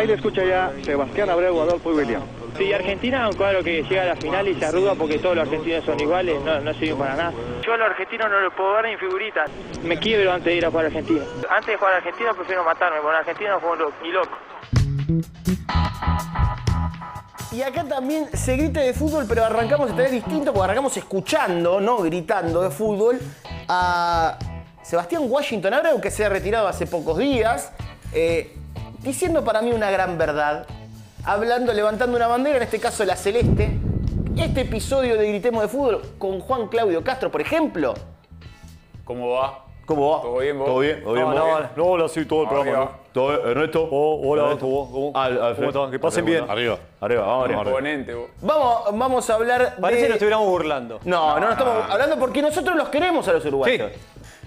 Ahí le escucha ya Sebastián Abreu, Adolfo y William. Sí, Argentina es un cuadro que llega a la final y se arruga porque todos los argentinos son iguales, no, no sirven para nada. Yo a los argentinos no los puedo ver ni figuritas. Me quiebro antes de ir a jugar a Argentina. Antes de jugar a Argentina prefiero matarme, porque en Argentina no juego ni loco. Y acá también se grita de fútbol, pero arrancamos esta vez distinto, porque arrancamos escuchando, no gritando de fútbol, a Sebastián Washington Abreu, que se ha retirado hace pocos días, eh, diciendo para mí una gran verdad, hablando, levantando una bandera, en este caso la celeste. Este episodio de Gritemos de Fútbol con Juan Claudio Castro, por ejemplo. ¿Cómo va? ¿Cómo va? ¿Todo bien vos? ¿Todo bien? ¿Todo bien? No, vos? no, no, hola, sí, todo el Ah, Arriba. programa. ¿no? ¿Todo bien? ¿Ernesto? Oh, hola, Ernesto. ¿cómo- cómo- Al- Alfred. cómo están? ¿Qué Pasen pasa? bien. Hola. Arriba. Arriba, vamos arriba. Imponente vos. Vamos, vamos a hablar Parece de... que nos estuviéramos burlando. No, no, no estamos hablando porque nosotros los queremos a los uruguayos.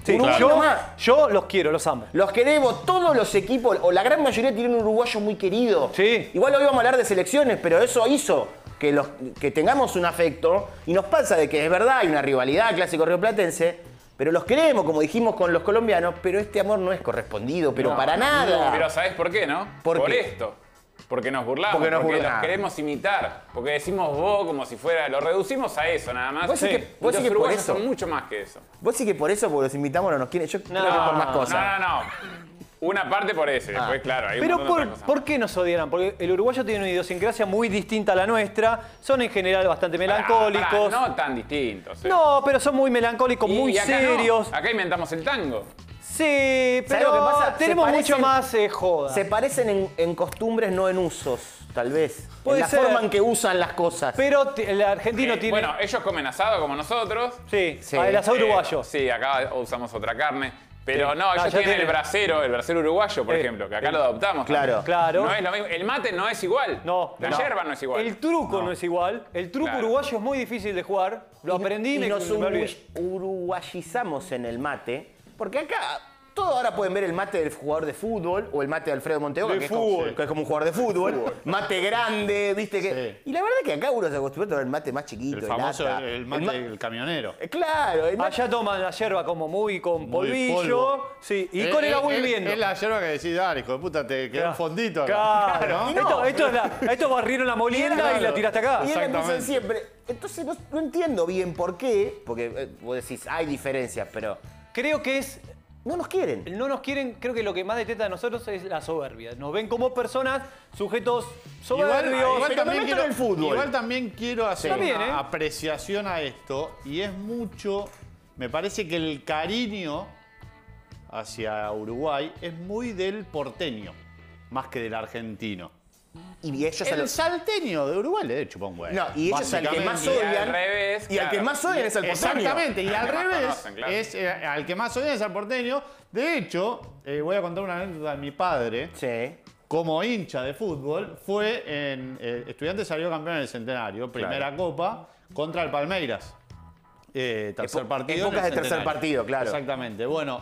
Sí, Uruguayo yo, más. yo los quiero, los amo. Los queremos, todos los equipos, o la gran mayoría tienen un uruguayo muy querido. Sí. Igual hoy vamos a hablar de selecciones, pero eso hizo que, los, que tengamos un afecto. Y nos pasa de que es verdad, hay una rivalidad clásico rioplatense, pero los queremos, como dijimos con los colombianos, pero este amor no es correspondido, pero No, para nada. Pero ¿sabés por qué, no? ¿Por qué? esto. Porque nos burlamos, Porque porque, nos burlamos. los queremos imitar, porque decimos vos como si fuera, lo reducimos a eso nada más. ¿Vos decís que- Y vos decís los que por uruguayos eso? son mucho más que eso. Ah. Vos sí que por eso, porque los invitamos, no nos quieren. Yo creo que por más cosas. Ah. No, no, no. Una parte por eso, y después, claro, hay un Pero montón de por, otras cosas. ¿por qué nos odiarán? Porque el uruguayo tiene una idiosincrasia muy distinta a la nuestra. Son en general bastante Pará, melancólicos. pará, no tan distintos. eh. no, pero son muy melancólicos, Y- muy y acá no. serios. Acá inventamos el tango. Sí, ¿Sabés pero lo que pasa? Se tenemos parecen- mucho más eh, joda. Se parecen en, en costumbres, no en usos, tal vez. Puede en la ser. forma en que usan las cosas. Pero t- el argentino Eh, tiene. Bueno, ellos comen asado como nosotros. sí, Sí. el asado uruguayo. Eh, sí, acá usamos otra carne. Pero no, ellos ya tienen tienen. el brasero, el brasero uruguayo, por Eh, ejemplo, que acá lo adoptamos. Claro. también. Claro. No es lo mismo. El mate no es igual. No, La no. yerba no es igual. El truco no, es igual. El truco Claro. uruguayo es muy difícil de jugar. Lo aprendí y, me- y nos me olvidé. uruguay- uruguayizamos en el mate, porque acá todos ahora pueden ver el mate del jugador de fútbol o el mate de Alfredo Monteoca, De que, es como- fútbol. que es como un jugador de fútbol, mate grande, viste que... Y la verdad que acá uno se acostumbra a ver el mate más chiquito, El de famoso, lata. el, el mate El ma- del camionero. Eh, Claro, el mate- Allá toman la yerba como muy con Muy polvillo. polvo. Sí, y Eh, con el eh, agua es- hirviendo. Es la yerba que decís, dale, hijo de puta, te quedó un fondito acá. Claro. ¿No? Esto, esto, es la- esto barrieron la molienda y la tiraste acá. Y era lo que dicen Exactamente. siempre. Entonces no, no entiendo bien por qué, porque eh, vos decís, hay diferencias, pero Creo que es. no nos quieren. No nos quieren, creo que lo que más detesta de nosotros es la soberbia. Nos ven como personas, sujetos Igual, soberbios. igual pero también no metan quiero, el fútbol. igual también quiero hacer Está bien, una ¿eh? apreciación a esto y es mucho, me parece que el cariño hacia Uruguay es muy del porteño, más que del argentino. Y ellos a El los- salteño de Uruguay le echo un huevo. No, y ellos al que más Básicamente. odian. Y al revés, y al que claro. más odian es al porteño. Exactamente, y Al al que más revés, conocen, claro. es, eh, al que más odian es al porteño. De hecho, eh, voy a contar una anécdota de mi padre, Sí. como hincha de fútbol, fue en. eh, Estudiantes salió campeón en el centenario, primera copa, contra el Palmeiras. Eh, tercer Epo- partido. en el épocas de tercer Centenario. partido, claro. Exactamente. Bueno,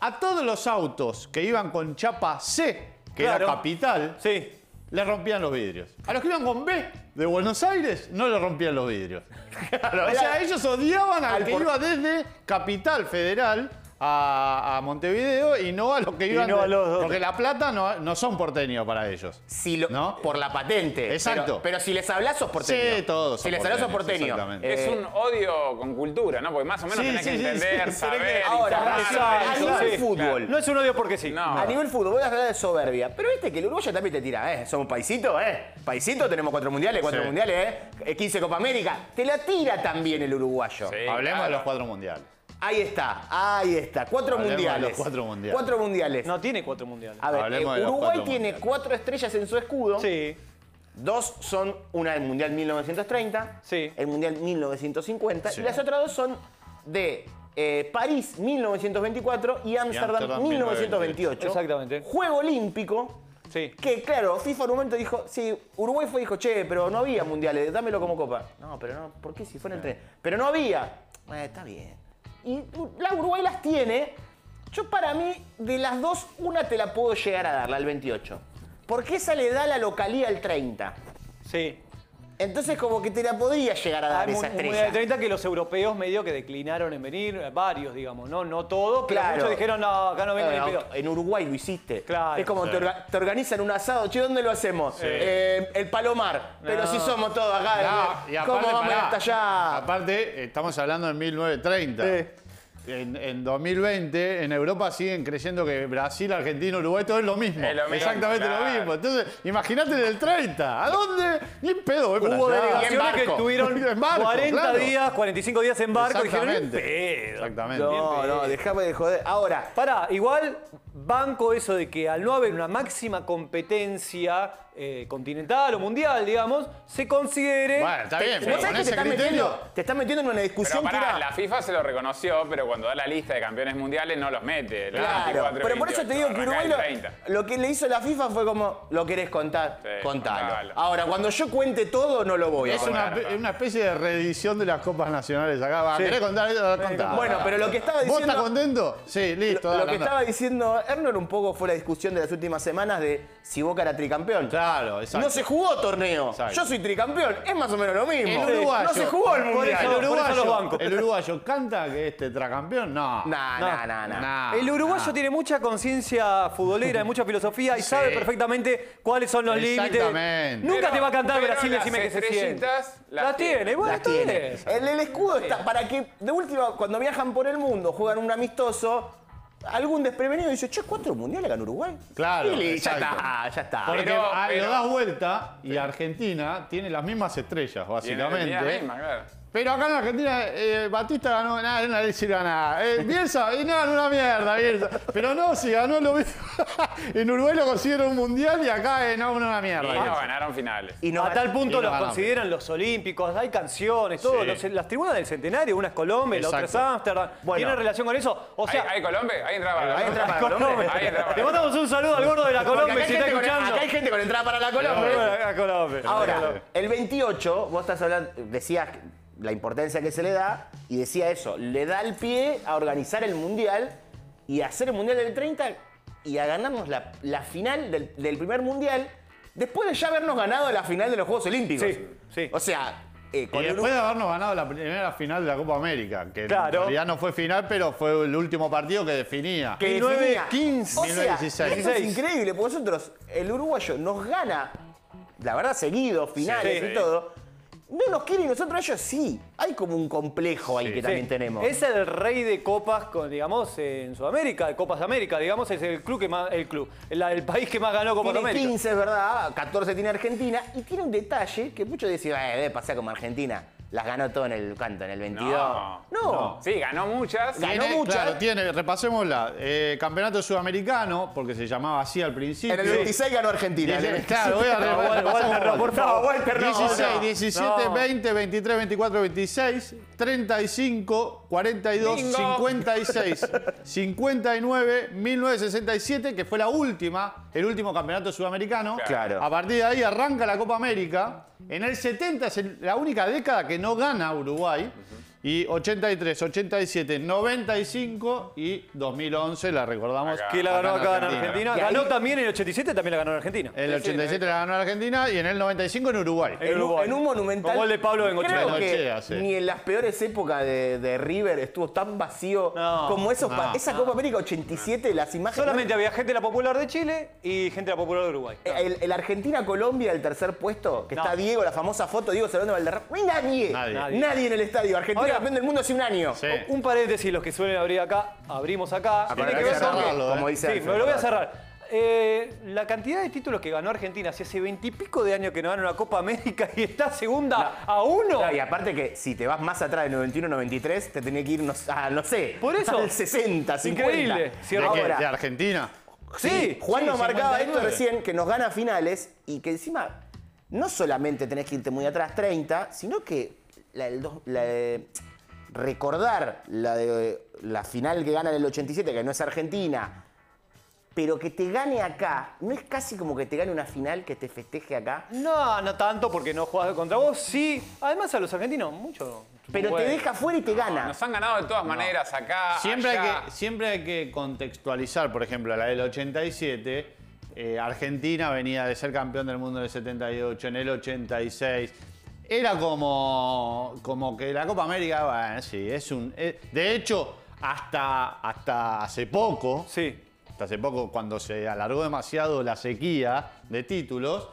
a todos los autos que iban con chapa C, que Claro. era capital, Sí. le rompían los vidrios. A los que iban con B de Buenos Aires no le rompían los vidrios. o sea, ellos odiaban al, Al que por- iba desde Capital Federal a, a Montevideo y no a los que iban. no de- a los dos. Porque La Plata no, no son porteños para ellos. Si lo- ¿No? Por la patente. Exacto. Pero, pero si les hablas sos porteño. Sí, todos Si son les hablas sos porteños, porteño. exactamente. Es Eh, un odio con cultura, ¿no? Porque más o menos sí, tenés sí, que sí, sí. entender, Tenés que- saber, Ahora, informarte. a Eso nivel sí, fútbol. No es un odio porque sí. No. A Ah. nivel fútbol, vos hablar de soberbia. Pero viste que el uruguayo también te tira, ¿eh? Somos paisito, ¿eh? Paisito, tenemos cuatro mundiales, cuatro Sí. mundiales, ¿eh? ¿eh? 15 Copa América. Te la tira también el uruguayo. Sí, Hablemos de claro. los cuatro mundiales. Ahí está, ahí está. Cuatro Hablemos de los mundiales. cuatro mundiales. Cuatro mundiales. No tiene cuatro mundiales. A ver, Hablemos eh, de los Uruguay cuatro tiene mundiales. cuatro estrellas en su escudo. Sí. Dos son una del Mundial 1930, Sí. el Mundial 1950, y las otras dos son de eh, París 1924 y Ámsterdam Ámsterdam 1928. Exactamente. Juego olímpico. Sí. Que claro, FIFA en un momento dijo, sí, Uruguay fue y dijo, che, pero no había mundiales, dámelo como copa. No, pero no, ¿por qué si Ah. fueron tres? Pero no había. Bueno, está bien. Y u- la Uruguay las tiene. Yo para mí, de las dos, una te la puedo llegar a dar, la del 28. Porque esa le da la localía al 30. Sí. Entonces como que te la podría llegar a dar Hay mu- esa un estrella. mundial de 30 que los europeos medio que declinaron en venir, eh, varios, digamos, no, no todos, pero Claro. muchos dijeron, no, acá no vengo ni en Bueno, pedo". en Uruguay lo hiciste. Claro. es como te, orga- te organizan un asado, che, ¿dónde lo hacemos? Eh, el Palomar. Pero No. si somos todos acá, eh, No, y ¿cómo aparte, vamos a ir pará, hasta allá? Aparte, estamos hablando de 1930. Sí. En, en 2020, en Europa siguen creyendo que Brasil, Argentina, Uruguay, todo es lo mismo. Es lo mismo, Exactamente lo claro. mismo. Entonces, imagínate en el 30. ¿A dónde? Ni en pedo, voy para Hubo allá. delegaciones que estuvieron En barco, 40 claro. días, 45 días en barco y dijeron, "Ni en Exactamente. pedo". Exactamente. No, no, déjame de joder. Ahora, Pará, igual banco eso de que al no haber una máxima competencia eh, continental o mundial, digamos, se considere. Bueno, está bien, ¿vos pero sabés con que te ese estás, criterio. metiendo, te estás metiendo en una Pero discusión que pará, era... la FIFA se lo reconoció, pero cuando da la lista de campeones mundiales no los mete. Le da Claro, 24, pero por eso te 28, digo que arranca Uruguay el lo, 30. lo que le hizo la FIFA fue como, ¿lo querés contar? Sí, contalo. contalo. Ahora, cuando yo cuente todo, no lo voy a Es contar. una, es una especie de reedición de las copas nacionales acá. Va, ¿Querés contar? Contá. Bueno, pero lo que estaba ¿Vos estás diciendo... contento? Sí, listo. Lo, lo dale, que andá. estaba diciendo Hernán un poco fue la discusión de las últimas semanas de si Boca era tricampeón. Claro, exacto. No se jugó torneo. Exacto. Yo soy tricampeón. Es más o menos lo mismo. El uruguayo. No se jugó el mundial. eso- El por eso uruguayo, los bancos. el uruguayo canta que es tetracampeón. No. Nah, No. nah, nah, nah. Nah. El uruguayo tiene mucha conciencia futbolera, y mucha filosofía y sabe perfectamente cuáles son los límites. Exactamente. Nunca Pero- te va a cantar pero Brasil, las decime que se siente. estrellitas las Las tiene, tiene. bueno, Las está tiene. bien. El, el escudo está para que, de última, cuando viajan por el mundo, juegan un amistoso, algún desprevenido dice, che, ¿cuántos mundiales ganó Uruguay? Claro, Y li- ya exacto. está, ya está. Porque Pero- ah, pero- lo das vuelta y Argentina tiene las mismas estrellas, Tiene la básicamente. misma, claro. Pero acá en Argentina, eh, Batista ganó nada, no le sirve a nada. Eh, Bielsa, y nada, una mierda, Bielsa. Pero no, si ganó lo mismo. en Uruguay lo consiguieron un mundial y acá eh, no, una mierda. Y no Bielsa. ganaron finales. y no a tal punto y no los ganamos. consideran los olímpicos, hay canciones, todo. Sí. los- las tribunas del centenario, una es Colombia, la otra es Exacto. Ámsterdam. Bueno. ¿Tiene relación con eso? O sea, ¿Hay, hay Colombia? ¿Hay entraba? Ahí entra para Colombia. Colombia. Ahí entra para Le Colombia. mandamos un saludo al gordo de la Porque Colombia, acá, si hay está gente con, escuchando. acá hay gente con entrada para la Colombia. Bueno, acá Colombia. Ahora, el 28, vos estás hablando, decías la importancia que se le da, y decía eso, le da el pie a organizar el Mundial y a hacer el Mundial del 30 y a ganarnos la, la final del, del primer Mundial después de ya habernos ganado la final de los Juegos Olímpicos. Sí, sí. O sea, eh, Y con después de Uruguay- habernos ganado la primera final de la Copa América, que Claro. en realidad no fue final, pero fue el último partido que definía. que 1915, definía. O sea, 1916. esto es increíble, porque nosotros, el uruguayo nos gana, la verdad, seguido, finales Sí, y sí. todo. No nos quiere y nosotros a ellos sí. Hay como un complejo ahí que también Sí. tenemos. Es el rey de copas, con, digamos, en Sudamérica, de Copas de América, digamos, es el club que más, el club, la- el país que más ganó Copas de Tiene América. 15, es verdad, 14 tiene Argentina y tiene un detalle que muchos dicen, eh, debe pasar como Argentina. Las ganó todo en el canto, en el 22. No. No, Sí, ganó muchas. Ganó ¿eh? Tiene, muchas. Claro, tiene, repasémosla. Eh, campeonato sudamericano, porque se llamaba así al principio. En el 26 ganó Argentina. Dice- En el- Claro, voy a No, Ah, Walter, repasar. no, por favor. No, Walter, no, 16, no. 17, No. 20, 23, 24, 26, 35, 42, Bingo. 56, 59, 1967, que fue la última, el último campeonato sudamericano. Claro. A partir de ahí arranca la Copa América. En el 70 es el- la única década que no gana Uruguay. Y 83, 87, 95 y 2011, la recordamos. Acá. Que Ah, la ganó acá en Argentina. Y ahí- Ganó también en el 87, también la ganó en Argentina. En el 87 la ganó Argentina y en el 95 en Uruguay. En En, un- Uruguay. en un monumental. Con gol de Pablo Bengochea. Creo Bengochea, que sí. ni en las peores épocas de, de River estuvo tan vacío No, como esos pa- no, esa Copa América 87, las imágenes. Solamente había gente de la Popular de Chile y gente de la Popular de Uruguay. El, el Argentina-Colombia, el tercer puesto, que No. está Diego, la famosa foto, Diego Salón de Valderrama. No hay nadie. Nadie. Nadie. en el estadio. Argentina Ahora- campeón del mundo hace un año. Sí. Un paréntesis, los que suelen abrir acá, abrimos acá. Aparte, Tiene hay Ah, que que ver con que- cerrarlo, ¿eh? como dice Sí, Alfredo, me lo voy a ¿verdad? cerrar. Eh, la cantidad de títulos que ganó Argentina, si hace veintipico de años que no gana una Copa América y está segunda a uno. Claro, y aparte que si te vas más atrás de 91-93, te tenía que ir no, a, no sé, Por eso. al 60, 50. Increíble. ¿De, Ahora- qué? ¿De Argentina. sí, Juan sí, nos marcaba 59. esto recién, que nos gana finales y que encima no solamente tenés que irte muy atrás 30, sino que la del dos- la de- recordar la, de, la final que gana en el 87, que no es Argentina, pero que te gane acá, no es casi como que te gane una final que te festeje acá. No, no tanto porque no jugás contra vos. Sí, además a los argentinos mucho. Pero Bueno. te deja fuera y te gana. Nos han ganado de todas maneras acá. Siempre hay, allá. que, siempre hay que contextualizar, por ejemplo, la del 87. eh, Argentina venía de ser campeón del mundo en el 78, en el 86. era como, como que la Copa América, bueno, sí, es un. eh, de hecho, hasta, hasta hace poco, Sí. hasta hace poco cuando se alargó demasiado la sequía de títulos,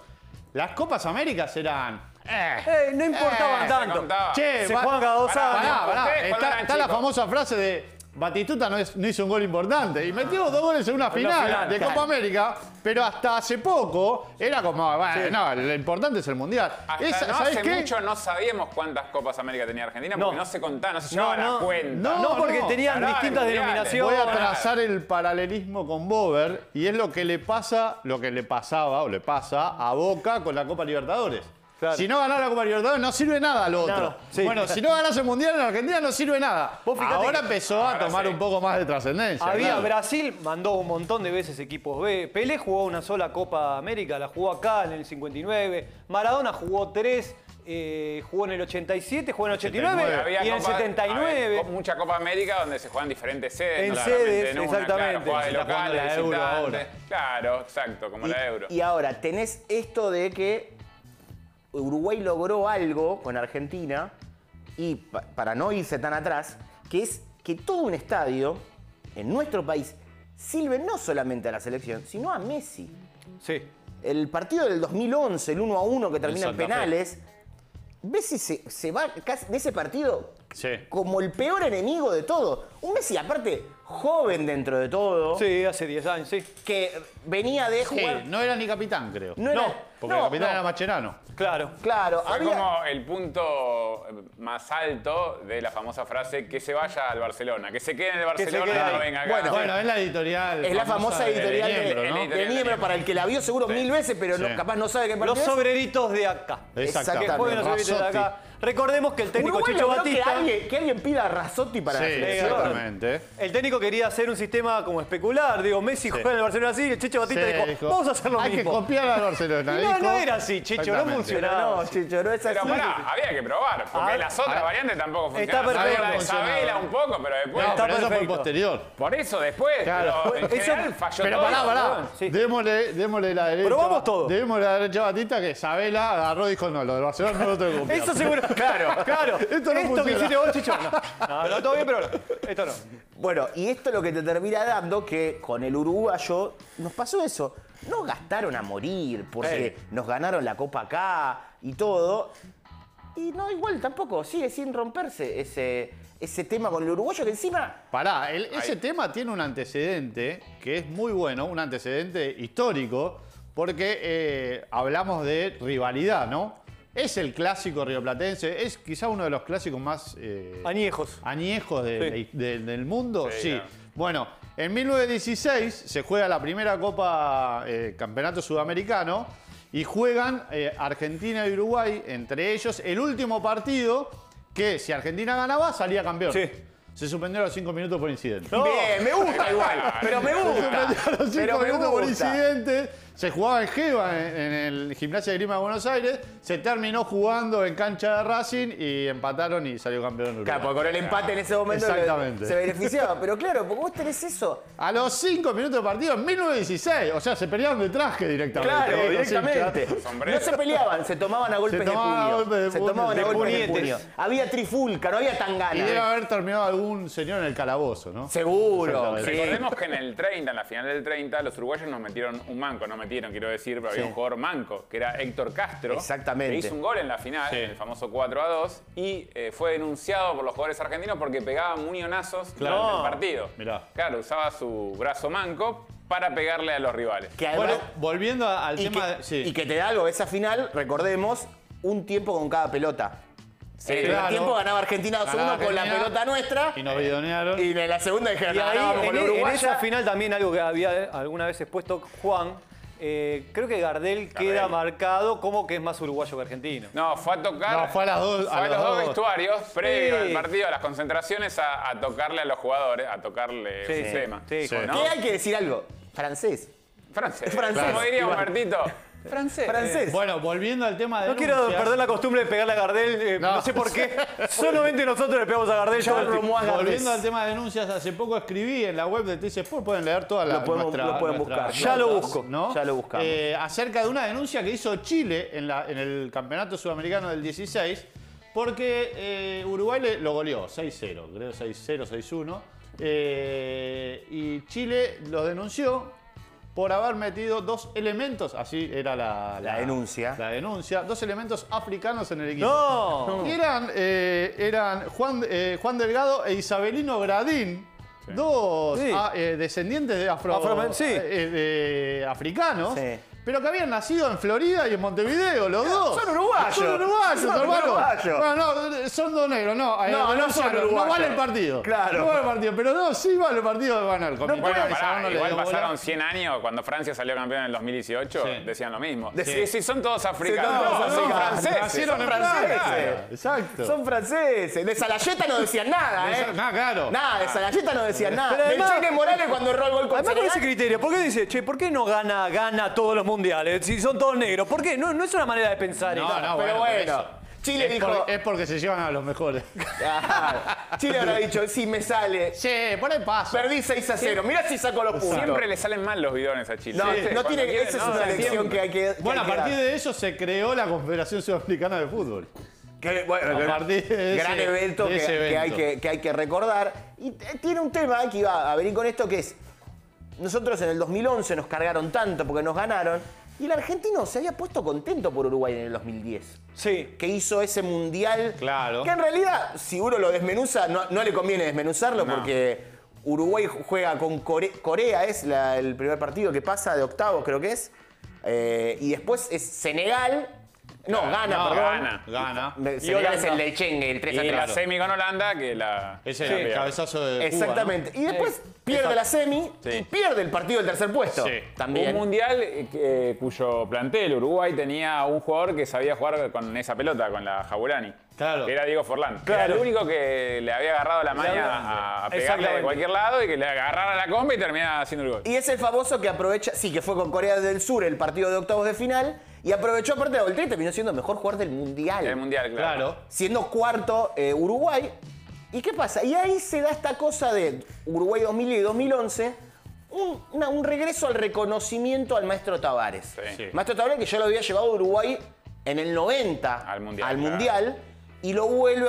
las Copas Américas eran. eh, Eh, no importaban eh, tanto. contaba. Che, se va- juegan cada dos pará, años. Pará, pará. Ustedes cuando Está, eran está la chicos. famosa frase de Batistuta no, es- no hizo un gol importante. Y metió dos goles en una final, final, de claro. Copa América, pero hasta hace poco era como, bueno, no, lo importante es el Mundial. Hasta Esa- no ¿sabés hace qué? mucho no sabíamos cuántas Copas América tenía Argentina porque No. no, se contaba, no se No, llevaba no. la cuenta. No, No, porque no. tenían Pará, distintas mundiales. Voy denominaciones. a trazar el paralelismo con Bober y es lo que le pasa, lo que le pasaba o le pasa a Boca con la Copa Libertadores. Claro. Si no ganás la Copa Libertadores no sirve nada al otro. Nada, sí. Bueno, si no ganás el Mundial en Argentina no sirve nada. Vos fijate ahora que- empezó a Ahora tomar sí. un poco más de trascendencia. Había claro. Brasil, mandó un montón de veces equipos B. Pelé jugó una sola Copa América, la jugó acá en el 59. Maradona jugó tres, eh, jugó en el 87, jugó en el 89, y en el Copa- 79. a ver, mucha Copa América donde se juegan diferentes sedes. En no solamente sedes, en una, claro, exactamente. jugada de Se está local, jugando de la Euro visitante. ahora. Claro, exacto, como la Euro. Y ahora, tenés esto de que Uruguay logró algo con Argentina, y pa- para no irse tan atrás, que es que todo un estadio en nuestro país sirve no solamente a la selección, sino a Messi. Sí. El partido del 2011, el 1 a 1 que termina en Santa Fe. penales, Messi se, se va casi de ese partido Sí. como el peor enemigo de todo. Un Messi, aparte, joven dentro de todo, Sí, hace 10 años, sí. que venía de Sí, jugar. no era ni capitán, creo. No era- porque no, el capitán no. era Macherano. Claro. Claro, Fue había- como el punto eh, más alto de la famosa frase que se vaya al Barcelona, que se quede en el se Barcelona, quede ahí. no venga acá. Bueno, Bueno, es la editorial. Es la famosa de- editorial de, Niembro, de ¿no? Niembro, Niembro, para el que la vio seguro mil veces, pero no- Sí. capaz no sabe qué partido Los es. sobreritos de acá. Exactamente. Que jueguen los sobreritos de acá. Recordemos que el técnico Uruguay Chicho logró que Batista. alguien, que alguien pida a Razzotti para Sí, la selección. exactamente. El técnico quería hacer un sistema como especular. Digo, Messi juega en el Barcelona así, el Chicho Batista Sí, dijo, dijo, vamos a hacer lo Hay mismo. que copiar al Barcelona. No, dijo. no era así, Chicho, no Exactamente. funcionó. Pero no, Chicho, no es así. Pero pará, había que probar, porque Ah, las otras variantes tampoco Está funcionaron. Había perfecto. la de Sabela un poco, pero después... No, Está pero eso fue perfecto. posterior. Por eso después, Claro. pero en Eso- general falló Pero todo. pará, pará. Sí. Démosle, démosle la derecha. Probamos todo. Démosle la derecha a Batista que Sabela agarró y dijo: No, lo del Barcelona no lo tengo que copiar. Eso seguro. Claro, claro. Esto no que funciona. hiciste vos, Chicho. No, no, no, todo bien, pero no. Esto no. Bueno, y esto es lo que te termina dando que con el uruguayo nos pasó eso. No gastaron a morir porque nos ganaron la Copa acá y todo. Y no, igual tampoco, sigue sin romperse ese, ese tema con el uruguayo que encima... Pará, el- ese tema tiene un antecedente que es muy bueno, un antecedente histórico, porque eh, hablamos de rivalidad, ¿no? Es el clásico rioplatense, es quizá uno de los clásicos más eh, Añejos. añejos de- de- del mundo. Sí. claro. Bueno, en 1916 se juega la primera Copa eh, Campeonato Sudamericano y juegan eh, Argentina y Uruguay, entre ellos el último partido que si Argentina ganaba salía campeón. Sí. Se suspendió a los cinco minutos por incidente. Bien, Eh, me gusta igual, oh, pero me gusta. A los pero cinco me minutos por gusta. incidente. Se jugaba en Geva, en, en el Gimnasia de Grima de Buenos Aires. Se terminó jugando en cancha de Racing y empataron y salió campeón Uruguay. Claro, porque con el empate en ese momento Exactamente. se beneficiaba. Pero claro, porque vos tenés eso. A los cinco minutos de partido, en 1916. O sea, se pelearon de traje directamente. Claro, Eh, los directamente. hinchas. Sombrero. No se peleaban, se tomaban a golpes Se tomaban a de puño. golpes de se puño. tomaban a De golpes de puño. puñetes. Había trifulca, no había Y tangana. debe haber terminado algún señor en el calabozo, ¿no? Seguro. Exactamente. sí. Recordemos que en el 30, en la final del 30, los uruguayos nos metieron un manco, no metieron, quiero decir, pero había un jugador manco, que era Héctor Castro. Exactamente. Que hizo un gol en la final, en el famoso 4 a 2, y eh, fue denunciado por los jugadores argentinos porque pegaba muñonazos durante el partido. Mirá. Claro, usaba su brazo manco para pegarle a los rivales. Que Bueno, además- volviendo a- al y, tema. que, de- sí. y que te da algo, esa final, recordemos, un tiempo con cada pelota. Sí, el claro. primer tiempo ganaba Argentina 2 Ganaba 1 con la Argentina pelota nuestra. Y nos bidonearon. Y en la segunda dijeron, Y ahí, ganábamos en, con la en Uruguaya. esa final también algo que había eh, alguna vez expuesto Juan, eh, creo que Gardel, queda marcado como que es más uruguayo que argentino. No, fue a tocar. No, fue a las dos- fue a a las los dos dos. vestuarios previo Sí. al partido, a las concentraciones, a, a tocarle a los jugadores, a tocarle Sí, su sí, tema. sí, ¿No? Que hay que decir algo? Francés. Francés. Francés, Como diría igual. Humbertito, Francés. Francés. Bueno, volviendo al tema de. No quiero denuncias, perder la costumbre de pegarle a Gardel, eh, no. No. sé por qué. Solamente nosotros le pegamos a Gardel todo el tiempo. Volviendo al tema de denuncias, hace poco escribí en la web de TC Sport, pueden leer toda la Lo podemos- nuestra- lo pueden nuestra- buscar. Ya lo notas, busco, ya lo buscamos. Eh, acerca de una denuncia que hizo Chile en, la- en el Campeonato Sudamericano del 16, porque eh, Uruguay le- lo goleó 6-0, creo 6-0, 6-1. eh, y Chile lo denunció por haber metido dos elementos, así era la, La denuncia. La denuncia, dos elementos africanos en el equipo. No. Eran, eh, eran Juan, eh, Juan Delgado e Isabelino Gradín, dos Sí. ah, eh, descendientes de afro, Afro- sí. eh, de africanos, Sí. pero que habían nacido en Florida y en Montevideo, los dos. son uruguayos. Son uruguayos, Son hermano. uruguayos. Bueno, no, son dos negros, no. eh, No, no son No uruguayos. vale el partido. Claro. No vale el partido, pero no, sí vale el partido. Bueno, el comité Bueno, organizador pará, no le igual dio bola. pasaron 100 años, cuando Francia salió campeón en el 2018, Sí. decían lo mismo. Sí. Sí, sí, son todos Sí, africanos, todos no, son africanos. franceses. Nacieron son en franceses. Francia. Exacto. Son franceses. De Salayeta no decían nada, De ¿eh? Sa- nada, claro. Nada, de Salayeta no decían nada. Pero Del además- Chile Morales cuando erró el gol con Además con ese Senegal. criterio, ¿por qué dice, che, por qué no gana, gana todos los mundiales? Si son todos negros, ¿por qué? No, no es una manera de pensar. No, Iván. no, Pero Ah, bueno, bueno, Chile Es, dijo... por- es porque se llevan a los mejores. Ah, Chile habrá dicho, si me sale, Sí, por ahí pasa. perdí 6 a 0. Mirá si saco los puntos. Siempre le salen mal los bidones a Chile. No, ¿viste? no Cuando tiene, quieren, esa es no, una siempre. lección que hay que. que Bueno, hay a que partir dar. de eso se creó la Confederación Sudamericana de Fútbol. Que, bueno, a que- partir de gran ese- evento, de que, ese que evento. hay que, que hay que recordar. Y t- tiene un tema que iba a venir con esto que es. Nosotros en el 2011 nos cargaron tanto porque nos ganaron. Y el argentino se había puesto contento por Uruguay en el 2010. Sí. Que hizo ese mundial. Claro. Que en realidad, si uno lo desmenuza, no, no le conviene desmenuzarlo porque Uruguay juega con Core- Corea, es la- el primer partido que pasa de octavos, creo que es. Eh, y después es Senegal. No, gana, no, perdón. gana. Gana. Me- Senegal es el del Chengue, el 3 a Y 3. la semi con Holanda, que la. Es el la pierde. cabezazo de Cuba, ¿no? Exactamente. Y después pierde la semi y Sí. pierde el partido del tercer puesto. Sí. También. Un mundial eh, que- eh, cuyo plantel Uruguay tenía un jugador que sabía jugar con esa pelota, con la Jabulani. Claro. Que era Diego Forlán. que Claro. Era el único que le había agarrado la maña a, a pegarle de Exactamente. cualquier lado y que le agarrara la comba y terminaba haciendo el gol. Y es el famoso que aprovecha, sí, que fue con Corea del Sur el partido de octavos de final y aprovechó aparte de la voltereta y terminó siendo el mejor jugador del mundial. El mundial, claro. Claro. Siendo cuarto eh, Uruguay. ¿Y qué pasa? Y ahí se da esta cosa de Uruguay 2000 y 2011. Un, una- un regreso al reconocimiento al maestro Tavares. Sí. Maestro Tavares que ya lo había llevado a Uruguay en el 90 Al Mundial, claro. Mundial, y lo vuelve,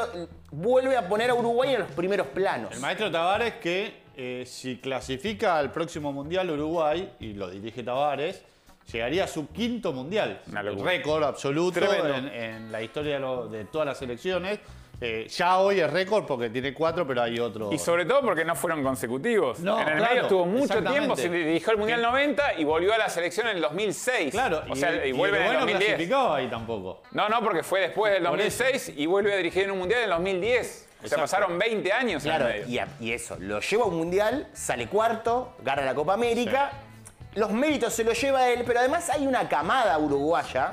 vuelve a poner a Uruguay en los primeros planos. El maestro Tavares que eh, si clasifica al próximo Mundial Uruguay, y lo dirige Tavares, llegaría a su quinto Mundial. Una locura. Récord absoluto Tremendo. en, en la historia de, lo- de todas las selecciones. Eh, ya hoy es récord porque tiene cuatro, pero hay otro. Y sobre todo porque no fueron consecutivos. No, en el claro, medio estuvo mucho exactamente. tiempo, se dirigió al Mundial 90 y volvió a la selección en el 2006. claro, o sea, y, y vuelve en el Uruguay no 2010. clasificaba ahí tampoco. No, no, porque fue después del Por eso. 2006 y vuelve a dirigir en un mundial en el 2010. O sea, Exacto. pasaron 20 años Claro, en el medio. y, a- y eso, lo lleva a un mundial, sale cuarto, gana la Copa América, los méritos se los lleva él, pero además hay una camada uruguaya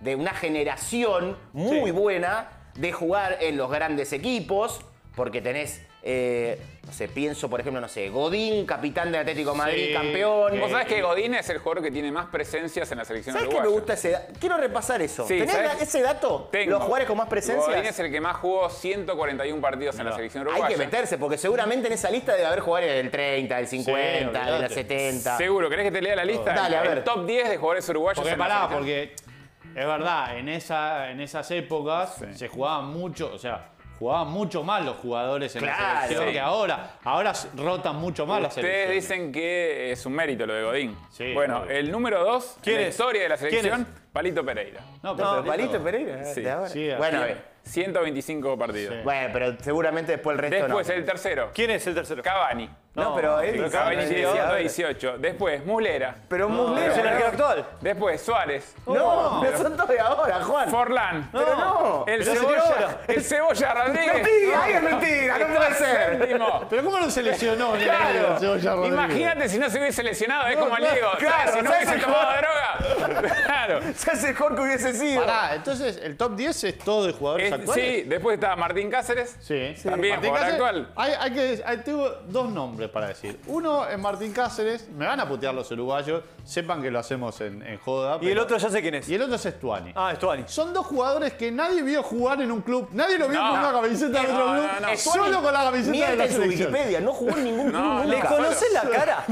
de una generación muy buena de jugar en los grandes equipos, porque tenés, eh, no sé, pienso por ejemplo, no sé, Godín, capitán del Atlético de Madrid, Sí, campeón. Vos sabés Eh, que Godín es el jugador que tiene más presencias en la selección eh, ¿Sabés qué uruguaya. me gusta ese dato? Quiero repasar eso. Sí, ¿Tenés ¿sabés? la- ese dato? Tengo. Los jugadores con más Godín presencias. es el que más jugó 141 partidos en la selección uruguaya. Hay que meterse, porque seguramente en esa lista debe haber jugadores del 30, del 50, del olvidate. 70. Seguro, ¿querés que te lea la lista? Dale, a El ver. top 10 de jugadores uruguayos Porque en la pará, selección. porque es verdad, en, esa, en esas épocas se jugaban mucho, o sea, jugaban mucho más los jugadores en Claro. la selección Sí. que ahora. Ahora s- rotan mucho más las Ustedes selecciones. dicen que es un mérito lo de Godín. Sí, bueno, obvio. el número 2 en la es? historia de la ¿Quién es? selección, Palito Pereira. No, pero No, Palito Palito- Pereira. Sí. eh, de ahora. Sí, bueno, así. eh, 125 partidos. bueno, pero seguramente después el resto Después, no. el tercero, ¿Quién es el tercero? Cavani. No, pero él Pero dice- Cavani tiene sí, ahora. 18. Después, Mulera. Pero Muslera. ¿Es el arquero actual? Después, Suárez. No, pero son todos de ahora, Juan. Forlán. Pero no. El Pero señor, Cebolla. El Cebolla Rodríguez. Mentira, ahí es mentira, no puede ser. Séptimo. Pero ¿cómo lo seleccionó? ni idea, Cebolla Rodríguez? Imagínate si no se hubiese lesionado, es como el no, Diego. ¿sabes? claro, si no ¿sabes hubiese el tomado droga. Claro. Ya es el mejor que hubiese sido. Pará, entonces el top 10 es todo de jugadores jugadores actuales. Sí, después está Martín Cáceres. Sí. También Martín jugador Cáceres, actual. Hay, hay que, hay- tengo dos nombres para decir. Uno es Martín Cáceres, me van a putear los uruguayos, sepan que lo hacemos en, en joda. Y el pero- otro ya sé quién es. y el otro es Estuani. Ah, Estuani. Son dos jugadores que nadie vio jugar en un club. Nadie lo vio No. con una camiseta de otro No, club. no, no. Solo con la camiseta de Miente la en su selección. Wikipedia, no jugó en ningún club nunca. No, no. ¿Le conoces la cara?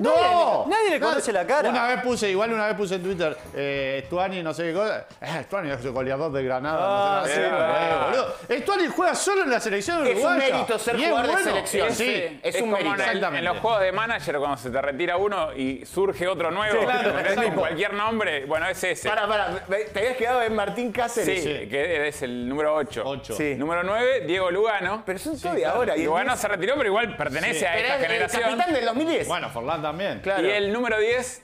¡No! Nadie le conoce la cara. Una vez puse, igual una vez puse en Twitter, eh, Estuani, no sé qué cosa. Eh, Estuani es el goleador de Granada. Ah, no sé sí, qué cosa. verdad. Eh, boludo. Estuani juega solo en la selección Es un uruguaya. mérito ser Y es jugador de bueno. selección. Sí, Ese es un como mérito. en el- En, Exactamente. los juegos de manager, cuando se te retira uno y surge otro nuevo, ¿entendés? con cualquier nombre, bueno, es ese. Pará, pará, ve- te habías quedado en Martín sí, Cáceres. que es el número 8. Ocho. Sí. Número 9, Diego Lugano. Pero son todo de ahora. Y Lugano el- se retiró, pero igual pertenece a pero esta es generación. El capitán del 2010. Bueno, Forlán también. claro. Y el número 10,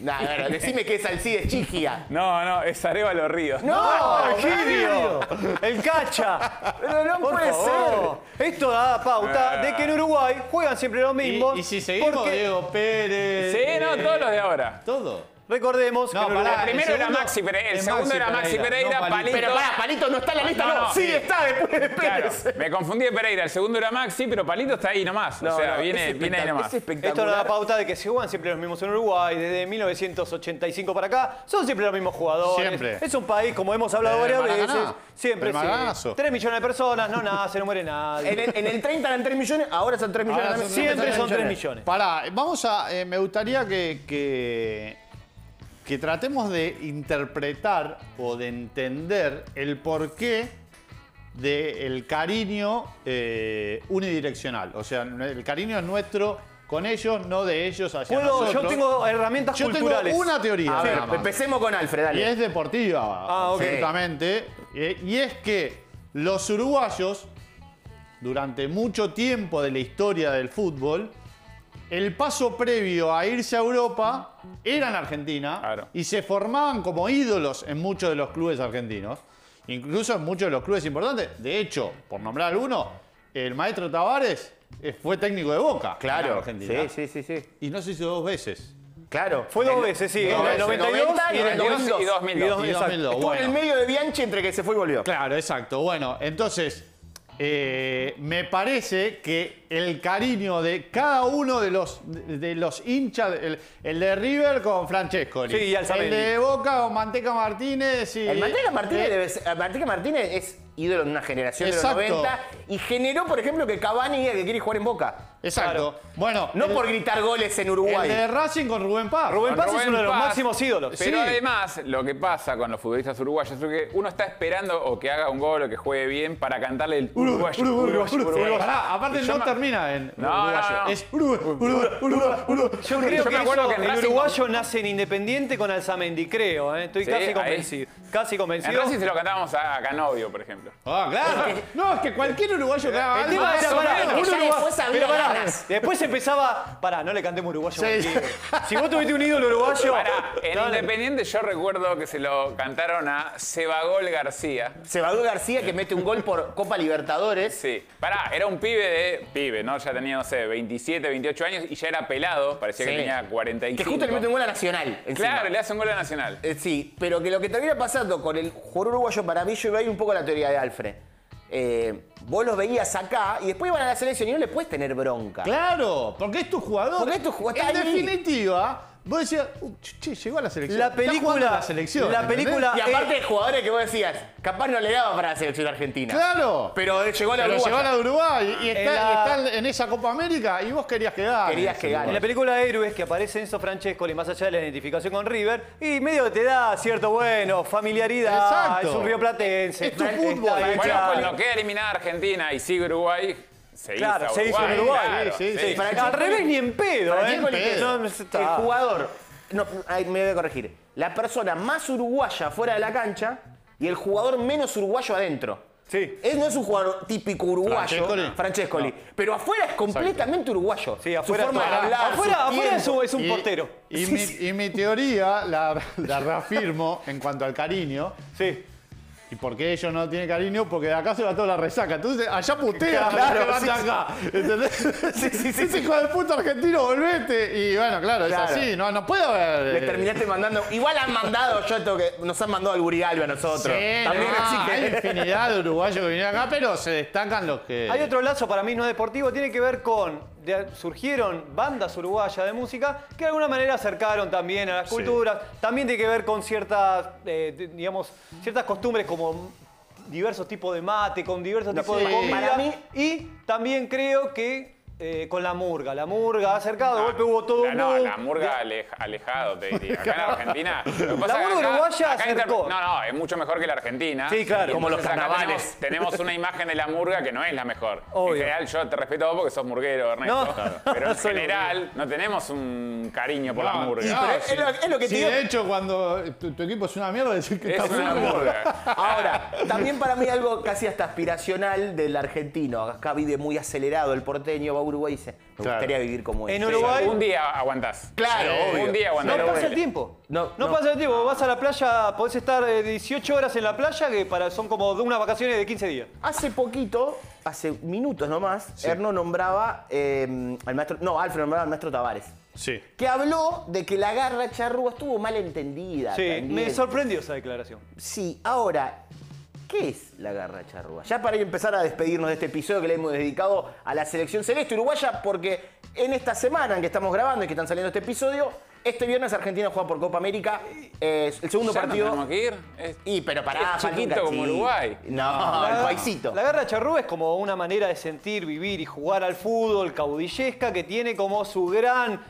Nah, nah, decime que es Alcides Chigia. no, no, es Arevalo Ríos. ¡No! Egidio, Ah, el cacha. Pero no Por puede favor. Esto da pauta de que en Uruguay juegan siempre los Y, mismos. y si seguimos, porque Diego Pérez. Sí, no, eh, todos los de ahora. Todo. recordemos que No, en Uruguay- pará, El primero segundo era Maxi Pereira, el es segundo era Maxi Pereira, no Palito. ser. Pero pará, Palito no está en la lista, No, no. no, sí, sí. está después de Claro, Pérez. me confundí de Pereira, el segundo era Maxi, pero Palito está ahí nomás. o sea, viene, viene ahí nomás. Esto nos da pauta de que se juegan siempre los mismos en Uruguay, desde 1985 para acá, son siempre los mismos jugadores. Siempre. Eh, Es un país, como hemos hablado Del varias Maracaná. veces, siempre Del sí. Maracanazo. 3 millones de personas, no nace, no muere nadie. En el, en el 30 eran 3 millones, ahora son 3 millones. Ahora son siempre son 3 millones. millones. Pará, vamos a. eh, me gustaría que, que. que tratemos de interpretar o de entender el porqué del cariño eh, unidireccional. O sea, el cariño es nuestro con ellos, no de ellos hacia Puedo- nosotros. yo tengo herramientas Yo tengo culturales. una teoría. A ver, nada más. empecemos con Alfred, Y dale. es deportiva, Ah, ok. absolutamente. Eh, Y es que los uruguayos, durante mucho tiempo de la historia del fútbol, el paso previo a irse a Europa era en Argentina Claro. y se formaban como ídolos en muchos de los clubes argentinos, incluso en muchos de los clubes importantes. De hecho, por nombrar alguno, el maestro Tavares eh, fue técnico de Boca. Claro. en Argentina. Sí, sí, sí, sí. Y no se hizo dos veces. Claro. Fue dos veces, sí, en el 92 y en el 2002. y 2002. Y 2002, Estuvo en el bueno. medio de Bianchi entre que se fue y volvió. Claro, exacto. Bueno, entonces, eh, me parece que el cariño de cada uno de los, de los hinchas, el, el de River con Francesco, Sí, y Alzamendi. el de Boca con Manteca Martínez y... El Manteca Martínez, Eh, debe ser- Manteca Martínez es ídolo de una generación Exacto. de los 90 y generó, por ejemplo, que Cavani diga que quiere jugar en Boca. Exacto. Bueno, No el, por gritar goles en el Uruguay. de Racing con Rubén Paz. Rubén Paz es Rubén uno de los Paz. máximos ídolos. Pero Sí. además, lo que pasa con los futbolistas uruguayos es que uno está esperando o que haga un gol o que juegue bien para cantarle el uruguayo. uruguayo, uruguayo. Pará, aparte Y yo no me- termina en No, no, uruguayo. no. Es Uruguay, Uruguay, Uruguay, Uruguay. Yo creo Yo que, me acuerdo eso- que en el Racing- uruguayo nace en Independiente con Alzamendi, creo. ¿eh? Estoy Sí, casi ahí. convencido. Casi En convencido. Racing se lo cantábamos a Canovio, por ejemplo. Ah, claro. No, es que cualquier uruguayo que haga El tema algo- era, Eso, pará, claro. que un ya uruguayo- después había pero pará, ganas. después empezaba, pará, no le cantemos uruguayo. boludo. Si vos tuviste un ídolo uruguayo, Pará, en dale. Independiente yo recuerdo que se lo cantaron a Sebagol García. Sebadú García que mete un gol por Copa Libertadores. Sí. Pará, era un pibe de. Pibe, ¿no? Ya tenía, no sé, 27, 28 años y ya era pelado. Parecía Sí. que tenía 45. Que justo le mete un gol a Nacional. encima. Claro, le hace un gol a Nacional. Eh, sí, pero que lo que termina pasando con el jugador uruguayo, para mí yo iba a ir un poco a la teoría de Alfred. Eh, vos los veías acá y después iban a la selección y no le puedes tener bronca. Claro, porque es tu jugador. Porque es tu jugador, está En ahí. definitiva, vos decías, "Uh, ch- che, llegó a la selección. La Está jugando película. en la selección. la ¿entendés? película. Y aparte eh, de jugadores que vos decías, capaz no le daba para la selección argentina. Claro. Pero él llegó a la Pero llegó a Uruguaya. la de Uruguay y está, En la- y está en esa Copa América y vos querías quedar. Querías que en la gane. película Héroes que aparece Enzo Francesco, y más allá de la identificación con River, y medio que te da cierto, bueno, familiaridad, Exacto. es un río platense. Es tu está fútbol, ahí, Bueno, pues claro. cuando queda eliminada Argentina y sigue Uruguay, se Claro, hizo se hizo Uruguay. en Uruguay, claro, sí, sí, sí. sí. Para Al Chico- revés ni en pedo, Para ¿eh? Chico Ni en pedo. No, no, El está. jugador, no, ay, me voy a corregir, la persona más uruguaya fuera de la cancha y el jugador menos uruguayo adentro. Sí. Él no es un jugador típico uruguayo, Francescoli. Francescoli, pero afuera es completamente uruguayo. Sí, afuera, Su forma de está. hablar, su afuera, afuera es tiempo. un, es un portero. Y, mi, y mi teoría la, la reafirmo en cuanto al cariño. Sí. ¿Y por qué ellos no tienen cariño? Porque de acá se va toda la resaca. Entonces, allá putea Claro, la sí, resaca. sí. acá. ¿Entendés? Sí, sí, sí, Ese sí. hijo de puta argentino, volvete. Y bueno, claro, Claro. es así. No, no puede haber. Le eh, terminaste mandando. Igual han mandado, yo tengo que. Nos han mandado al Burigalio a nosotros. Sí, También no, así Hay que. infinidad de uruguayos que vinieron acá, pero se destacan los que. Hay otro lazo para mí no deportivo, tiene que ver con. de- surgieron bandas uruguayas de música que de alguna manera acercaron también a las culturas. También tiene que ver con ciertas, eh, de- digamos, ciertas costumbres como diversos tipos de mate, con diversos tipos de sí. comida. Para mí- Y también creo que eh, con la murga. La murga ha acercado, de golpe No, hubo todo la, un No, boom. la murga alej- alejado, te diría. Acá en Argentina. lo que pasa La es que murga acá- uruguaya acá inter- acercó. No, no, es mucho mejor que la Argentina. Sí, claro. Y Como los entonces acá carnavales. Tenemos, tenemos una imagen de la murga que no es la mejor. Obvio. En general, yo te respeto a vos porque sos murguero, Ernesto. No. Claro. Pero en Soy general, no tenemos un cariño por la No, murga. no, Pero es- es lo- es lo que te sí, digo. de hecho, cuando tu, tu equipo es una mierda, decir que Es está una flaco. murga. Ahora, también para mí algo casi hasta aspiracional del argentino. Acá vive muy acelerado el porteño, va a Uruguay y dice: Me Claro. gustaría vivir como este". él. En Uruguay. Un día aguantás. Claro, Sí, obvio. Un día No aguantás. pasa bueno. el tiempo. No, No, no. pasa el tiempo. Vas a la playa, podés estar eh, 18 horas en la playa, que para, son como de unas vacaciones de 15 días. Hace poquito, hace minutos nomás, Erno nombraba eh, al maestro. No, Alfred nombraba al maestro Tavares. Sí. Que habló de que la garra charrúa estuvo mal entendida. Sí, también. me sorprendió esa declaración. Sí, ahora, ¿qué es la garra charrúa? Ya para ir a empezar a despedirnos de este episodio que le hemos dedicado a la selección celeste uruguaya, porque en esta semana en que estamos grabando y que están saliendo este episodio, este viernes Argentina juega por Copa América, eh, el segundo Ya no partido. tenemos que ir. Es- y pero pará, Es falta un chiquito como cachín. Uruguay. No, el paisito. Ah, La garra charrúa es como una manera de sentir, vivir y jugar al fútbol caudillesca que tiene como su gran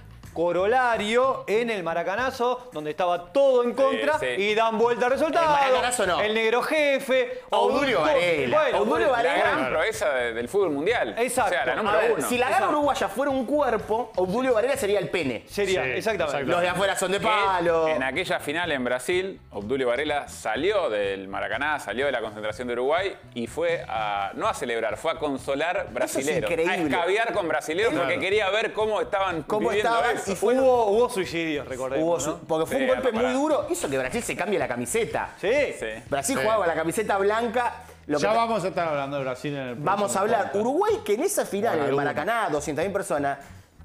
corolario en el maracanazo, donde estaba todo en contra sí. y dan vuelta al resultado. Maracanazo no. El negro jefe. Odulio Augusto- Varela. Bueno, Odulio bueno, La Varela. gran proeza de- del fútbol mundial. Exacto. O sea, la número A ver, uno. si la garra Exacto. uruguaya fuera un cuerpo, Obdulio Varela sería el pene. Sería, Sí, exactamente. exactamente. Los de afuera son de Que palo. En aquella final en Brasil, Obdulio Varela salió del Maracaná, salió de la concentración de Uruguay y fue a, no a celebrar, fue a consolar brasileros. a increíble. escabiar con brasileros porque quería ver cómo estaban ¿Cómo viviendo estaban? eso. Y fue- Hubo, hubo suicidios, recordemos. Hubo ¿no? su- Porque fue un Sí, golpe muy pará. duro, hizo que Brasil se cambie la camiseta. Sí. Sí. Brasil Sí. jugaba con la camiseta blanca. Lo Ya que- vamos a estar hablando de Brasil en el vamos a próximo hablar. podcast. Uruguay, que en esa final, Con en el alguno. Maracaná, 200.000 personas,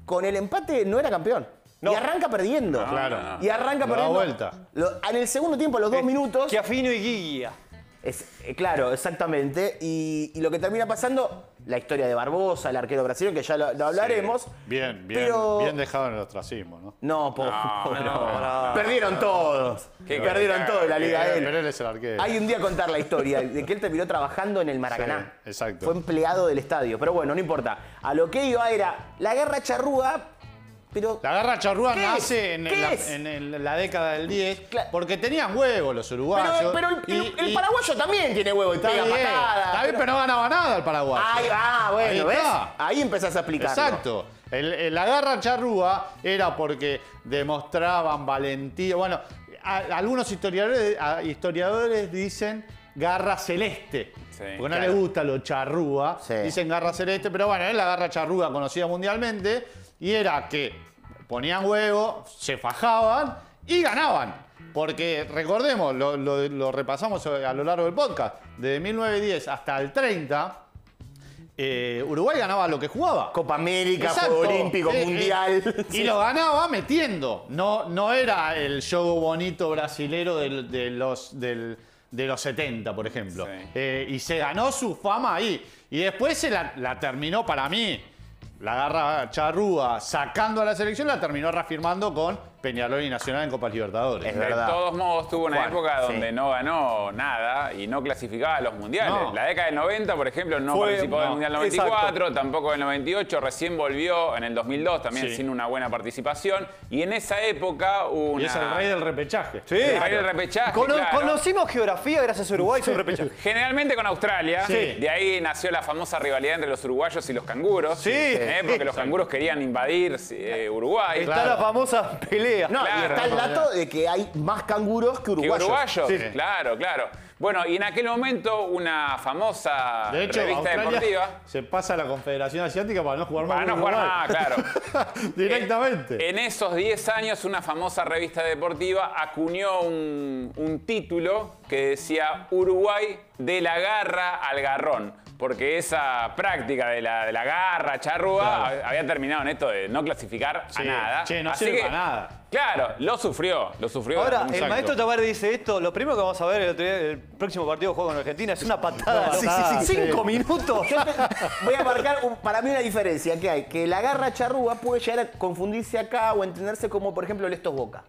con el empate no era campeón. No. Y arranca perdiendo. Ah, Claro. Y arranca Lo da perdiendo. vuelta. Lo- en el segundo tiempo, a los dos minutos. Chiafino y Guía. Es, eh, claro, exactamente. Y, y lo que termina pasando, la historia de Barbosa, el arquero brasileño, que ya lo, lo hablaremos. Bien, bien, Pero- bien dejado en el ostracismo, ¿no? No, po- No, no, no, no. Perdieron todos. Qué Perdieron cagada, todo en la qué Liga Pero él. pero él Eh, es el arquero. Hay un día a contar la historia de que él terminó trabajando en el Maracaná. Sí, exacto. Fue empleado del estadio, pero bueno, no importa. A lo que iba era la guerra charrúa, pero La garra charrúa ¿Qué es? nace en, ¿Qué la, es? en el- la década del 10 Claro. porque tenían huevos los uruguayos. pero, pero el, y- el- el y- paraguayo también tiene huevo y Está pega bien, patadas. está bien, pero no ganaba nada el Paraguay. Ahí va, bueno, Ahí ¿ves? está. Ahí empezás a explicar. Exacto. El, el agarra charrúa era porque demostraban valentía. Bueno, a- algunos historiadores, a- historiadores dicen garra celeste. Sí, porque no claro. les gusta lo charrúa. Sí. Dicen garra celeste, pero bueno, es la garra charrúa conocida mundialmente. Y era que ponían huevo, se fajaban y ganaban. Porque recordemos, lo, lo- lo repasamos a lo largo del podcast, de 1910 hasta el 30, eh, Uruguay ganaba lo que jugaba. Copa América, Exacto. Juego Olímpico, Eh, eh, Mundial. y lo ganaba metiendo. No, no era el juego bonito brasilero del- de, los, del- de los 70, por ejemplo. Sí. Eh, y se ganó su fama ahí. Y después se la, la terminó para mí. La garra charrúa sacando a la selección la terminó reafirmando con Peñarol y Nacional en Copa Libertadores. Es De verdad. todos modos, tuvo una Juan, época sí. donde no ganó nada y no clasificaba a los mundiales. No. La década del 90, por ejemplo, no Fue- participó del no, Mundial exacto. 94, tampoco del 98, recién volvió en el 2002, también Sí. sin una buena participación. Y en esa época hubo una... Y es el rey del repechaje. Sí. el rey del repechaje, Cono- claro. Conocimos geografía gracias a Uruguay y su repechaje. Generalmente con Australia. Sí. De ahí nació la famosa rivalidad entre los uruguayos y los canguros. Sí. ¿eh? Porque los canguros querían invadir eh, Uruguay. Está la famosa pelea. No, y Claro. está el dato de que hay más canguros que Que uruguayos. uruguayos. Sí. Claro, claro. Bueno, y en aquel momento una famosa De hecho, revista Australia deportiva... se pasa a la Confederación Asiática para no jugar más. Para no con jugar Uruguay. más, claro. Eh, Directamente. En esos 10 años, una famosa revista deportiva acuñó un, un título que decía Uruguay de la garra al garrón. Porque esa práctica de la, de la garra, charrúa, Claro. había terminado en esto de no clasificar a Sí, nada. che, no sirve para nada. Claro, lo sufrió, lo sufrió. Ahora, durante el mucho- maestro Tavares dice esto, lo primero que vamos a ver el, otro día, el próximo partido de juego con Argentina es una patada. Sí, ¿no? sí, sí, Cinco sí. minutos. Ah, Yo te- voy a marcar un- para mí una diferencia que hay, que la garra charrúa puede llegar a confundirse acá o entenderse como, por ejemplo, el estos boca.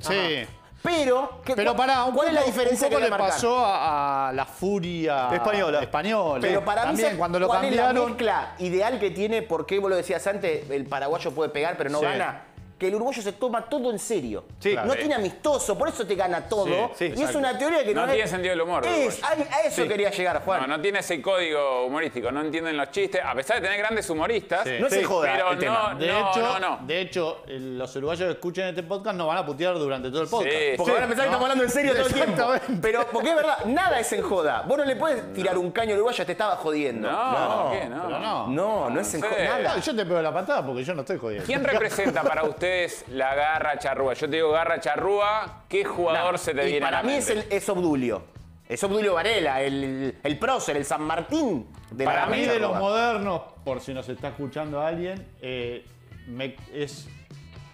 Sí. Pero, ¿qué- Pero cuál, pará, un cuál es poco- la diferencia un poco que voy a le marcar? pasó a, a la furia Española. española. Pero para mí, También, ¿sabes cuando lo cuál es la cambiaron, mezcla ideal que tiene, porque vos lo decías antes, el paraguayo puede pegar pero no Sí. gana, que el uruguayo se toma todo en serio. Sí, no claro. tiene amistoso, por eso te gana todo. sí, y es exacto. una teoría que no, No es- tiene sentido del humor, Es, a, a eso quería llegar, Juan. No, no tiene ese código humorístico, no entienden los chistes, a pesar de tener grandes humoristas. Sí. No se joda Pero el tema. no, de, no, hecho, no, no. de hecho, eh, los uruguayos que escuchen este podcast no van a putear durante todo el podcast. Sí. Porque van a pensar que estamos hablando en serio todo el tiempo. Pero, porque es verdad, nada es en joda. Vos no le puedes tirar un caño al uruguayo, te estaba jodiendo. No, ¿qué? No. pero no. no, no es en Sí. joda. Nada. No, yo te pego la patada porque yo no estoy jodiendo. ¿Quién representa para ustedes la garra charrúa? Yo te digo garra charrúa, ¿qué jugador se te Y viene a para la mí es, mente? el, es Obdulio. Es Obdulio Varela, el, el prócer, el San Martín de la Para garra mí, de los charrúa. modernos, por si nos está escuchando alguien, eh, me- es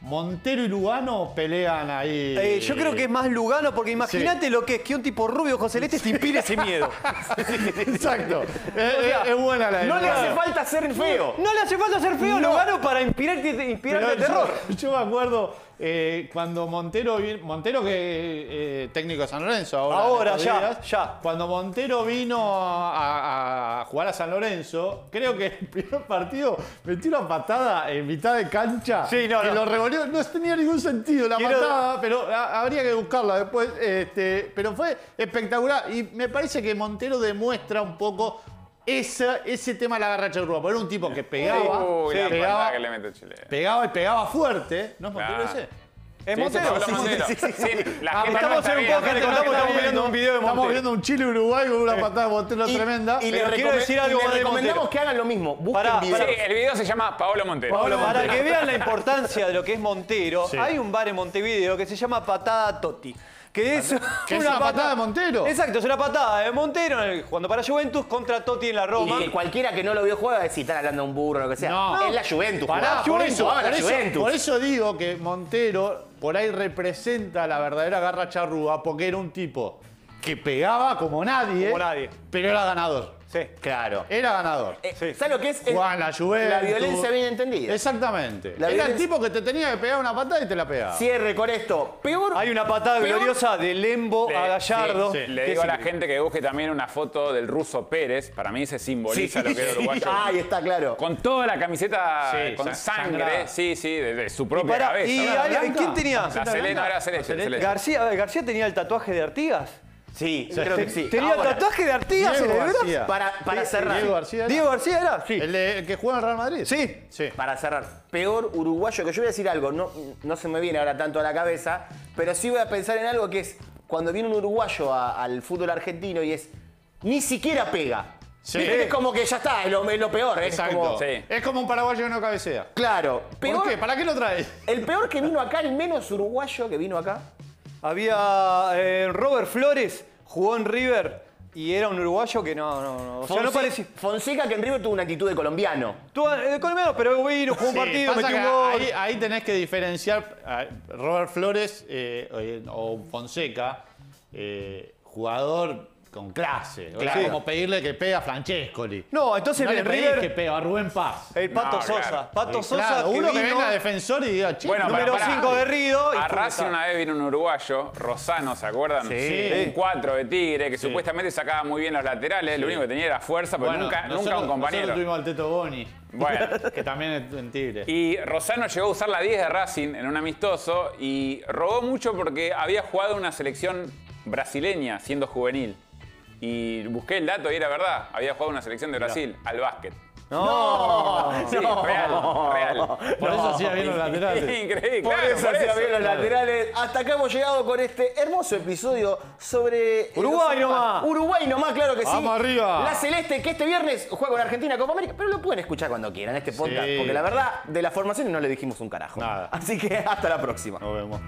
Montero y Lugano pelean ahí. Eh, yo creo que es más Lugano, porque imagínate lo que es que un tipo rubio con celeste te inspire ese miedo. Exacto. es, sea, es- es buena la No le idea. hace falta ser feo. No le hace falta ser feo Lugano para inspirarte, inspirarte Pero el terror. Yo, yo me acuerdo eh, cuando Montero vi- Montero que eh, técnico de San Lorenzo ahora. Ahora, en estos ya, ya. Cuando Montero vino a, a jugar a San Lorenzo, creo que el primer partido metió una patada en mitad de cancha. Sí, no, que no. lo revolvió. No tenía ningún sentido la Quiero- patada, pero a- habría que buscarla después. este, pero fue espectacular. Y me parece que Montero demuestra un poco. esa- ese tema de la garra charrúa, porque era un tipo que pegaba, Uy, la pegaba, patada que le mete Chile. Pegaba y pegaba fuerte. ¿No es Montero Claro. ese? Es Sí, Montero. se habló Sí, Montero. sí, sí, sí, sí. Sí, la Ah, gente no Estamos está en un bien, podcast, la gente le no contamos, está estamos viendo un video de Estamos Montero. viendo un Chile-Uruguay con una patada de Montero Y- tremenda. Y, le, Pero quiero recome- decir y algo le más de recomendamos Montero. que hagan lo mismo. Busquen Pará, videos. pará. Sí, el video se llama Paolo Montero. Para que vean la importancia de lo que es Montero, Sí. hay un bar en Montevideo que se llama Patada Totti. Que es, ¿Que es una patada de Montero? Exacto, es una patada de Montero en el- cuando para Juventus contra Totti en la Roma. Y que cualquiera que no lo vio juega va a decir, están hablando de un burro o lo que sea. No. Es la Juventus. Pará, jugaba. por Juventus, eso, jugaba la por eso- Juventus. por eso digo que Montero por ahí representa la verdadera garra charrúa porque era un tipo que pegaba como nadie, Como nadie. pero era ganador. Sí. Claro. Era ganador. Eh, Sí. ¿Sabes lo que es? Jugaba en la Juventus. La violencia bien entendida. Exactamente. La era el violencia- tipo que te tenía que pegar una patada y te la pegaba. Cierre con esto. Peor. Hay una patada peor- gloriosa de Lembo Le- a Gallardo. sí, sí. Le que digo a la es gente que busque también una foto del ruso Pérez. Para mí se simboliza lo que es uruguayo. Ahí está, claro. Con toda la camiseta Sí, con sa- sangre, sangrada. sí, sí, de, de su propia pará, cabeza. y Claro. hay- blanca? ¿Quién tenía? La Selena no era celeste, celeste. García, García tenía el tatuaje de Artigas. Sí, creo que sí. Tenía Ahora, el tatuaje de Artigas en Diego el brazo. García. Para, para cerrar. Diego García. era. Diego García era. ¿El, de- el que juega en Real Madrid? Sí. Sí. Para cerrar, peor uruguayo, que yo voy a decir algo, no, no se me viene ahora tanto a la cabeza, pero sí voy a pensar en algo que es cuando viene un uruguayo a- al fútbol argentino y es ni siquiera pega. Sí. ¿Viste? Es como que ya está, es lo, es lo peor. Es Exacto. como- Sí. Es como un paraguayo que no cabecea. claro. Peor, ¿Por qué? ¿Para qué lo traes? El peor que vino acá, el menos uruguayo que vino acá. Había eh, Robert Flores, jugó en River y era un uruguayo que no, no, no. O sea, no Fonse- parecía. Fonseca que en River tuvo una actitud de colombiano. Tú, eh, colombiano, pero vino, jugó un Sí, partido, pasa metió un que gol. Ahí, ahí tenés que diferenciar a Robert Flores eh, o o Fonseca, eh, jugador con clase. O sea, Claro. como pedirle que pegue a Francescoli. No, entonces no le en pedís River- que pegue a Rubén Paz. El Pato No, Sosa. claro. Pato Eh, Sosa claro, que uno que, vino- venga defensor y diga, che, Bueno, número pará, pará. cinco de Rido y A fue Racing tal. una vez vino un uruguayo, Rosano, ¿se acuerdan? Sí. Un 4 de Tigre, que supuestamente sacaba muy bien los laterales, lo único que tenía era fuerza, pero Bueno, nunca, nosotros- nunca un compañero. Nosotros tuvimos al Teto Boni, Bueno. que también es en Tigre. Y Rosano llegó a usar la 10 de Racing en un amistoso y robó mucho porque había jugado una selección brasileña siendo juvenil. Y busqué el dato y era verdad, había jugado una selección de Brasil al básquet. No. Sí, real, real. Por eso hacía bien los laterales. Increíble, Por claro, eso por se eso. abrieron los laterales. Hasta acá hemos llegado con este hermoso episodio sobre. eh, Uruguay los- nomás. Uruguay nomás, claro que sí. Vamos arriba. La Celeste, que este viernes juega con Argentina Copa América, pero lo pueden escuchar cuando quieran este podcast, Sí. porque la verdad, de las formaciones no le dijimos un carajo. Nada. Así que hasta la próxima. Nos vemos.